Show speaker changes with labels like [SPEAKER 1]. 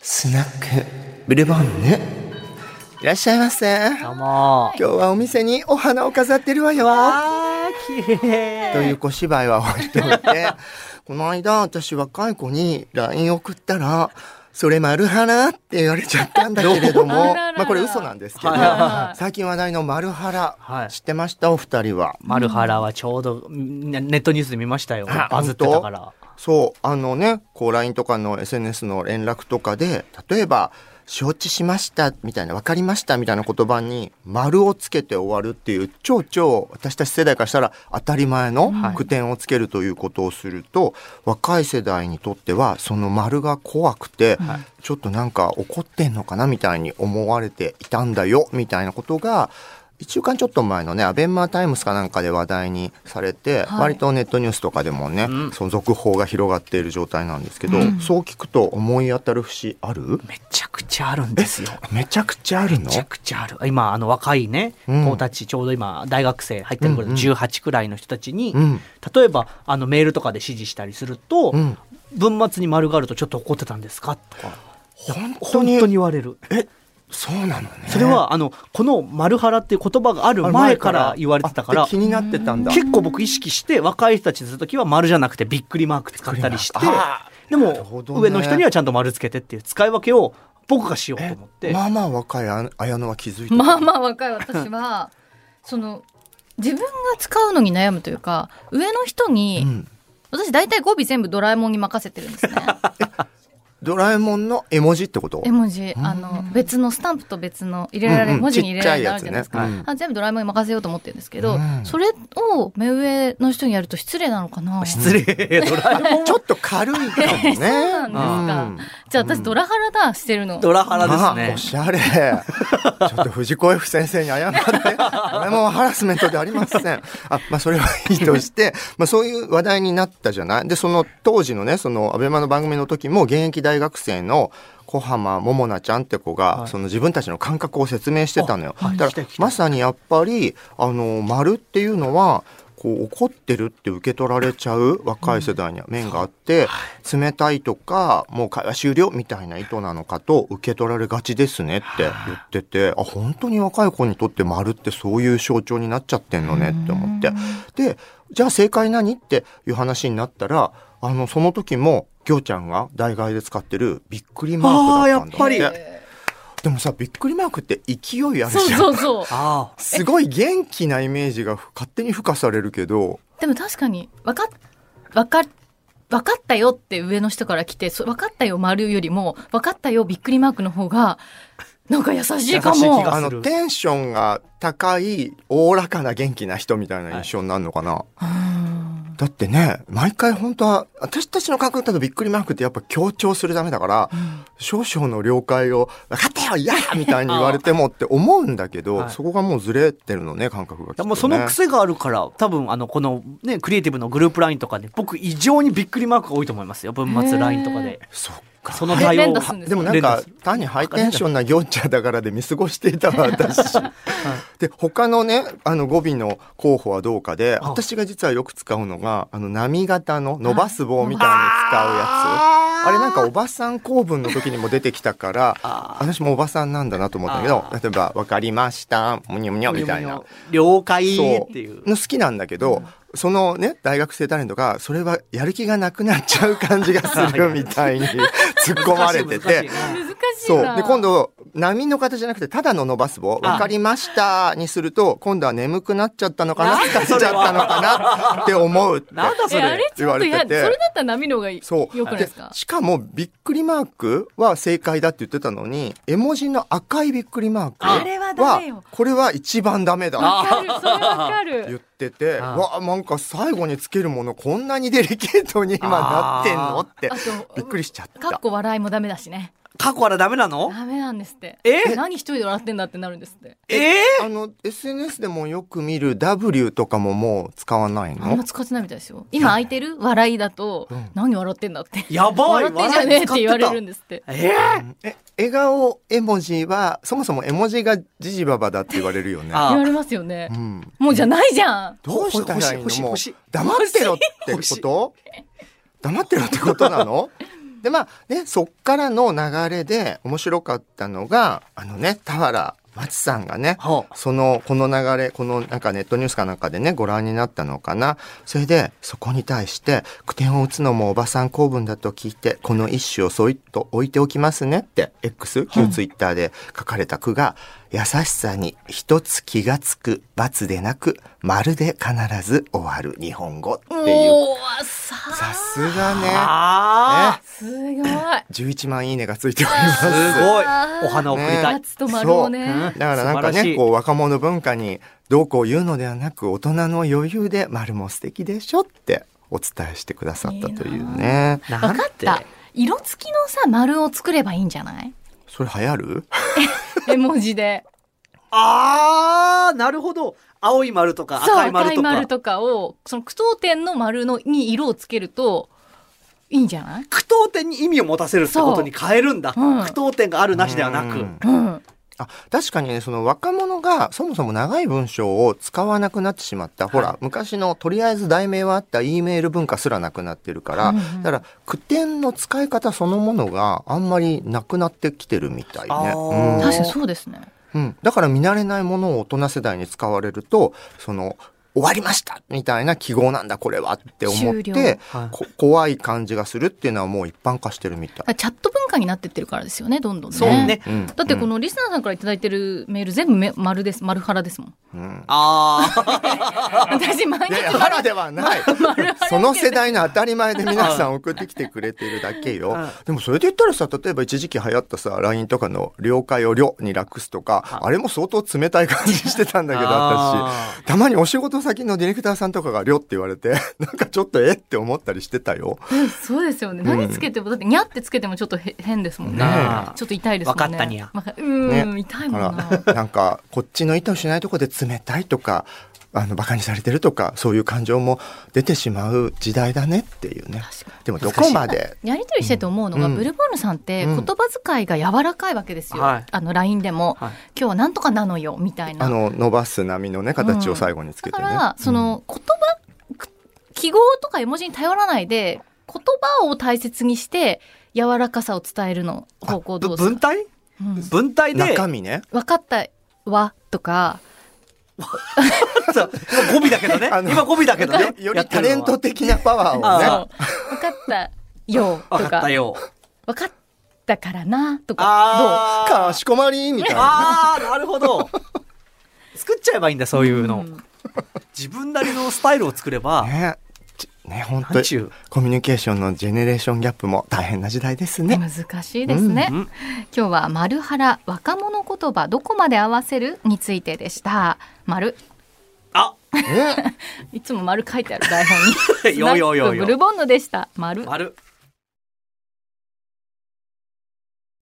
[SPEAKER 1] スナックブルボンヌいらっしゃいませ
[SPEAKER 2] どうも
[SPEAKER 1] 今日はお店にお花を飾ってるわよ
[SPEAKER 2] あー、綺麗
[SPEAKER 1] という小芝居は置いておい てこの間私若い子に LINE 送ったら「それ丸原」って言われちゃったんだけれ ども
[SPEAKER 3] あららら
[SPEAKER 1] まあこれ嘘なんですけど
[SPEAKER 2] はいはいは
[SPEAKER 1] 最近話題の「丸原」
[SPEAKER 2] はい
[SPEAKER 1] 知ってましたお二人は。
[SPEAKER 2] マルハラはちょうど、んネネットニュースで見ましたよ。
[SPEAKER 1] あ
[SPEAKER 2] バズってたから。
[SPEAKER 1] そうあのねこう LINE とかの SNS の連絡とかで例えば「承知しました」みたいな「分かりました」みたいな言葉に「丸をつけて終わるっていう超超私たち世代からしたら当たり前の句点をつけるということをすると、若い世代にとってはその丸が怖くて、ちょっとなんか怒ってんのかなみたいに思われていたんだよみたいなことが1週間ちょっと前のねアベンマータイムスかなんかで話題にされて、
[SPEAKER 3] はい
[SPEAKER 1] 割とネットニュースとかでもね、
[SPEAKER 2] ん
[SPEAKER 1] その続報が広がっている状態なんですけど、そう聞くと思い当たる節ある
[SPEAKER 2] めちゃくちゃあるんですよ。
[SPEAKER 1] めちゃくちゃある
[SPEAKER 2] め
[SPEAKER 1] の
[SPEAKER 2] ちゃくちゃある。今、あの、若いね、
[SPEAKER 1] うん
[SPEAKER 2] 子たち、ちょうど今、大学生入ってる頃、
[SPEAKER 1] うんうん
[SPEAKER 2] 18くらいの人たちに、
[SPEAKER 1] うん
[SPEAKER 2] 例えば、あの、メールとかで指示したりすると、
[SPEAKER 1] うん
[SPEAKER 2] 文末に丸があるとちょっと怒ってたんですかとか、
[SPEAKER 1] 本当
[SPEAKER 2] 本
[SPEAKER 1] に
[SPEAKER 2] 当に言われる。
[SPEAKER 1] えそうなのね
[SPEAKER 2] それは、あの、この丸ハラっていう言葉がある前から言われてたから
[SPEAKER 1] あで、気になってたんだ
[SPEAKER 2] 結構僕意識して若い人たちにするときは丸じゃなくてびっくりマーク使ったりして
[SPEAKER 1] びっくりマークあ
[SPEAKER 2] で
[SPEAKER 1] なるほ
[SPEAKER 2] も
[SPEAKER 1] どね
[SPEAKER 2] 上の人にはちゃんと丸つけてっていう使い分けを僕がしようと思って
[SPEAKER 1] まあまあ若いあ綾乃は気づいてた
[SPEAKER 3] まあまあ若い私はその自分が使うのに悩むというか上の人に、
[SPEAKER 1] うん
[SPEAKER 3] 私大体語尾全部ドラえもんに任せてるんですね
[SPEAKER 1] ドラえもんの絵文字ってこと
[SPEAKER 3] 絵文字あの別のスタンプと別の入れられ
[SPEAKER 1] う
[SPEAKER 3] る、
[SPEAKER 1] んうん
[SPEAKER 3] 文字に入れられるのある
[SPEAKER 1] ちっ
[SPEAKER 3] じ
[SPEAKER 1] ちゃ
[SPEAKER 3] ゃ
[SPEAKER 1] いやつ
[SPEAKER 3] ないです
[SPEAKER 1] ねうん
[SPEAKER 3] か、あ全部ドラえもんに任せようと思ってるんですけど、
[SPEAKER 1] うん
[SPEAKER 3] それを目上の人にやると失礼なのかな
[SPEAKER 2] 失礼ドラえもん
[SPEAKER 1] ちょっと軽いかもね
[SPEAKER 3] そうなんですか、じゃあ私ドラハラだしてるの
[SPEAKER 2] ドラハラ
[SPEAKER 1] まあ、
[SPEAKER 2] で
[SPEAKER 1] お
[SPEAKER 2] すね
[SPEAKER 1] し ゃれ。ちょっと藤子 F 先生に謝って、これもハラスメントでありません。あ、まあそれはいいと して、まあそういう話題になったじゃない。で、その当時のね、そのアベマの番組の時も現役大学生の小浜桃奈ちゃんって子が、
[SPEAKER 2] はい
[SPEAKER 1] その自分たちの感覚を説明してたのよ。
[SPEAKER 2] あはい
[SPEAKER 1] だ
[SPEAKER 2] 聞き
[SPEAKER 1] か
[SPEAKER 2] たい
[SPEAKER 1] ら
[SPEAKER 2] 聞きたい
[SPEAKER 1] まさにやっぱりあの丸っていうのは。こう怒ってるって受け取られちゃう若い世代には面があって、冷たいとかもう会話終了みたいな意図なのかと受け取られがちですねって言っててあ本当に若い子にとって丸ってそういう象徴になっちゃってんのねって思ってでじゃあ正解何っていう話になったらあのその時もぎょうちゃんが代替で使ってるびっくりマークだったんだ
[SPEAKER 2] あーやっぱ
[SPEAKER 1] りでもさびっくりマークって勢いあるじゃん
[SPEAKER 3] そうそうそう
[SPEAKER 2] ああ
[SPEAKER 1] すごい元気なイメージが勝手に付加されるけど、
[SPEAKER 3] でも確かに、わかっ、わかっ、わかったよって上の人から来て、そわかったよ丸よりも、わかったよびっくりマークの方が、なんか優しいか
[SPEAKER 2] 優しい
[SPEAKER 3] も
[SPEAKER 2] 気。が
[SPEAKER 1] あ
[SPEAKER 2] する
[SPEAKER 1] の、テンションが高い、おおらかな元気な人みたいな印象になるのかな。だってね、毎回本当は、私たちの感覚だとびっくりマークってやっぱ強調するためだから、少々の了解を、分かったよ嫌やみたいに言われてもって思うんだけど、
[SPEAKER 2] はい
[SPEAKER 1] そこがもうずれてるのね、感覚がきっと、ね。
[SPEAKER 2] もうその癖があるから多分あのこのねクリエイティブのグループラインとかで僕異常にびっくりマークが多いと思いますよ文末ラインとかで
[SPEAKER 1] そっか。
[SPEAKER 2] その対
[SPEAKER 3] 連
[SPEAKER 2] 応
[SPEAKER 3] 打するんです
[SPEAKER 1] でもなん
[SPEAKER 2] 連打
[SPEAKER 1] か
[SPEAKER 2] する
[SPEAKER 1] 単にハイテンションな行者だからで見過ごしていたわ私。で他のねあの語尾の候補はどうかで
[SPEAKER 2] あ
[SPEAKER 1] 私が実はよく使うのがあの波型の伸ばす棒みたいに使うやつ。あれなんかおばさん公文の時にも出てきたから
[SPEAKER 2] あ
[SPEAKER 1] 私もおばさんなんだなと思ったけど例えば「分かりました」「むにょむにょ」みたいな。
[SPEAKER 2] 了解
[SPEAKER 1] そ
[SPEAKER 2] っていう
[SPEAKER 1] うの好きなんだけど、そのね大学生タレントがそれはやる気がなくなっちゃう感じがするみたいに突っ込まれて
[SPEAKER 2] 難してい難しい
[SPEAKER 3] 難しい
[SPEAKER 1] そう
[SPEAKER 3] な。
[SPEAKER 1] で今度波の形じゃなくてただの伸ばす棒「
[SPEAKER 2] あ
[SPEAKER 1] 分かりました」にすると今度は眠くなっちゃったのかな疲れちゃったのかなって思うって
[SPEAKER 2] なんだそ
[SPEAKER 3] え、あ
[SPEAKER 2] れ
[SPEAKER 3] れちょっとや、
[SPEAKER 1] 言われて
[SPEAKER 3] そ
[SPEAKER 1] て
[SPEAKER 3] れだったら波の方がいい。
[SPEAKER 1] そう
[SPEAKER 3] よくないですか
[SPEAKER 1] しかもびっくりマークは正解だって言ってたのに絵文字の赤いびっくりマーク
[SPEAKER 3] あれはダメよ
[SPEAKER 1] はこれは一番ダメだ
[SPEAKER 2] あ
[SPEAKER 3] わかる、それわか
[SPEAKER 1] 言
[SPEAKER 3] る。
[SPEAKER 1] ってて
[SPEAKER 2] あ
[SPEAKER 1] わなんか最後につけるものこんなにデリケートに今なってんのって
[SPEAKER 3] あと
[SPEAKER 1] びっくりしちゃっ。
[SPEAKER 3] かったこ笑いもダメだしね。
[SPEAKER 2] 過去あれダメなの
[SPEAKER 3] ダメなんですって。
[SPEAKER 2] え
[SPEAKER 3] 何一人で笑ってんだってなるんですって。
[SPEAKER 2] ええ
[SPEAKER 1] あの SNS でもよく見る W とかももう使わない
[SPEAKER 3] あん
[SPEAKER 1] の
[SPEAKER 3] ま使ってないみたいですよ。今空いてる笑いだと、何笑ってんだって。
[SPEAKER 2] やばい
[SPEAKER 3] 笑ってんじゃねえって言われるんですって。
[SPEAKER 2] えー
[SPEAKER 1] え笑顔絵文字はそもそも絵文字がジジババだって言われるよね。
[SPEAKER 2] あ
[SPEAKER 3] 言われますよね。
[SPEAKER 1] うん、
[SPEAKER 3] もうじゃないじゃん。
[SPEAKER 1] どうしたらいいの
[SPEAKER 2] 欲しい
[SPEAKER 1] もう
[SPEAKER 2] 欲しい
[SPEAKER 1] 黙ってろって
[SPEAKER 2] 欲し
[SPEAKER 1] こ
[SPEAKER 2] い
[SPEAKER 1] と黙ってろってことなのでまあねそっからの流れで面白かったのがあのね田原町さんがね
[SPEAKER 2] はあ
[SPEAKER 1] そのこの流れこのなんかネットニュースかなんかでねご覧になったのかなそれでそこに対して「句点を打つのもおばさん公文だと聞いてこの一首をそいっと置いておきますね」って X 旧ツイッターで書かれた句が「優しさに一つ気がつく罰でなくまるで必ず終わる日本語」っていう
[SPEAKER 3] おーさ
[SPEAKER 1] さ
[SPEAKER 3] あ
[SPEAKER 1] すがね
[SPEAKER 2] あ
[SPEAKER 3] すごい
[SPEAKER 1] 11万いいねがついております。
[SPEAKER 2] ーすごいお花を贈りたい、
[SPEAKER 3] 夏と丸を
[SPEAKER 2] そう
[SPEAKER 3] ね
[SPEAKER 1] だからなんか
[SPEAKER 2] 素晴らし
[SPEAKER 1] ね、
[SPEAKER 2] い
[SPEAKER 1] こう若者文化にどうこう言うのではなく、大人の余裕で丸も素敵でしょってお伝えしてくださったというね。
[SPEAKER 2] な
[SPEAKER 3] わ
[SPEAKER 2] ん
[SPEAKER 3] かってた色付きのさ丸を作ればいいんじゃない
[SPEAKER 1] それ流行る
[SPEAKER 3] 絵文字で
[SPEAKER 2] あーなるほど青い丸とか
[SPEAKER 3] そう
[SPEAKER 2] 赤い丸とか
[SPEAKER 3] 丸とかをその句読点の丸のに色をつけるといいんじゃない
[SPEAKER 2] 句読点に意味を持たせるってことに変えるんだ、
[SPEAKER 3] そううん
[SPEAKER 2] 句読点があるなしではなく、
[SPEAKER 1] うん
[SPEAKER 3] うん
[SPEAKER 1] あ確かにねその若者がそもそも長い文章を使わなくなってしまった、ほら昔のとりあえず題名はあった E メール文化すらなくなってるから、
[SPEAKER 3] うんうん
[SPEAKER 1] だから句点の使い方そのものがあんまりなくなってきてるみたいね。
[SPEAKER 2] あー
[SPEAKER 1] うん
[SPEAKER 3] 確かにそうですね
[SPEAKER 1] うん、だから見慣れないものを大人世代に使われるとその終わりましたみたいな記号なんだこれはって思っ
[SPEAKER 3] 終了
[SPEAKER 1] て
[SPEAKER 2] はい
[SPEAKER 1] こ怖い感じがするっていうのはもう一般化してるみた
[SPEAKER 3] だか
[SPEAKER 1] い。
[SPEAKER 3] らチャット文化になってってるからですよねどんどんね
[SPEAKER 2] そうね
[SPEAKER 1] うん
[SPEAKER 3] だってこ、のリスナーさんから頂いただいてるメール全部め丸です丸腹ですもん
[SPEAKER 1] うんうん
[SPEAKER 2] あー
[SPEAKER 3] 私毎
[SPEAKER 1] い
[SPEAKER 3] 日
[SPEAKER 1] やいや腹ではないその世代の当たり前で皆さん送ってきてくれてるだけよ
[SPEAKER 2] うん
[SPEAKER 1] でもそれで言ったらさ例えば一時期流行ったさ LINE とかの「了解を了」に楽すとかあれも相当冷たい感じしてたんだけど私。
[SPEAKER 2] あ
[SPEAKER 1] たまにお仕事先のディレクターさんとかが「りょ」って言われて なんかちょっとえって思ったりしてたよ。
[SPEAKER 3] うんそうですよね。何つけても、だってにゃってつけてもちょっとへ変ですもんね
[SPEAKER 2] ねえ。
[SPEAKER 3] ちょっと痛いですもんね。
[SPEAKER 2] わかったにゃ
[SPEAKER 3] わか。うーん、痛
[SPEAKER 1] だ
[SPEAKER 3] いもん
[SPEAKER 1] か
[SPEAKER 3] な。
[SPEAKER 1] らなんかこっちの意図しないとこで冷たいとかあのバカにされてるとかそういう感情も出てしまう時代だねっていうね。
[SPEAKER 3] 確かに
[SPEAKER 1] でもどこまで
[SPEAKER 3] やりとりしてて思うのが、
[SPEAKER 1] うん
[SPEAKER 3] ブルボンヌさんって
[SPEAKER 1] う
[SPEAKER 3] 言
[SPEAKER 1] ん
[SPEAKER 3] 葉遣いが柔らかいわけですよ。
[SPEAKER 2] はい
[SPEAKER 3] あの LINE でも、
[SPEAKER 2] ーはい
[SPEAKER 3] 今日はなんとかなのよみたい
[SPEAKER 1] あ
[SPEAKER 3] な。
[SPEAKER 1] の伸ばす波のね形を最後につけ
[SPEAKER 3] だ
[SPEAKER 1] て
[SPEAKER 3] か
[SPEAKER 1] ね。
[SPEAKER 3] ら、その言葉、く記号とか絵文字に頼らないで、言葉を大切にして柔らかさを伝えるの方向どう
[SPEAKER 2] ぶ
[SPEAKER 3] です
[SPEAKER 2] 文
[SPEAKER 3] か。
[SPEAKER 2] 体
[SPEAKER 3] うん
[SPEAKER 2] 文体
[SPEAKER 1] うん
[SPEAKER 2] で
[SPEAKER 1] 中身ね。
[SPEAKER 3] わかったわとか、
[SPEAKER 2] そう今語尾だけどね
[SPEAKER 1] あの
[SPEAKER 2] 今語尾だけどね
[SPEAKER 1] より
[SPEAKER 2] やって
[SPEAKER 1] タ
[SPEAKER 2] るの
[SPEAKER 1] レ
[SPEAKER 2] は
[SPEAKER 1] ント的なパワ
[SPEAKER 3] そ
[SPEAKER 1] ー
[SPEAKER 3] う
[SPEAKER 1] をね。
[SPEAKER 3] わかったよ と
[SPEAKER 2] わかっ
[SPEAKER 3] か
[SPEAKER 2] た。よ
[SPEAKER 3] 分かったからなとか
[SPEAKER 2] あー
[SPEAKER 1] かしこまりみたいな。
[SPEAKER 2] あーなるほど 作っちゃえばいいんだそうい
[SPEAKER 3] ど
[SPEAKER 2] う
[SPEAKER 3] う
[SPEAKER 2] の、自分なりのスタイルを作れば、
[SPEAKER 1] ね。ちね本当
[SPEAKER 2] なん
[SPEAKER 1] に
[SPEAKER 2] ちゅう
[SPEAKER 1] コミュニケーションのジェネレーションギャップも大変な時代ですね。
[SPEAKER 3] 難しいですね、
[SPEAKER 2] うんうん
[SPEAKER 3] 今日は「丸原若者言葉どこまで合わせる?」についてでした丸
[SPEAKER 2] あ
[SPEAKER 1] ね
[SPEAKER 3] いつも丸書いてある台本に
[SPEAKER 2] よよよよ
[SPEAKER 3] スナックブルボンヌでした丸
[SPEAKER 2] 丸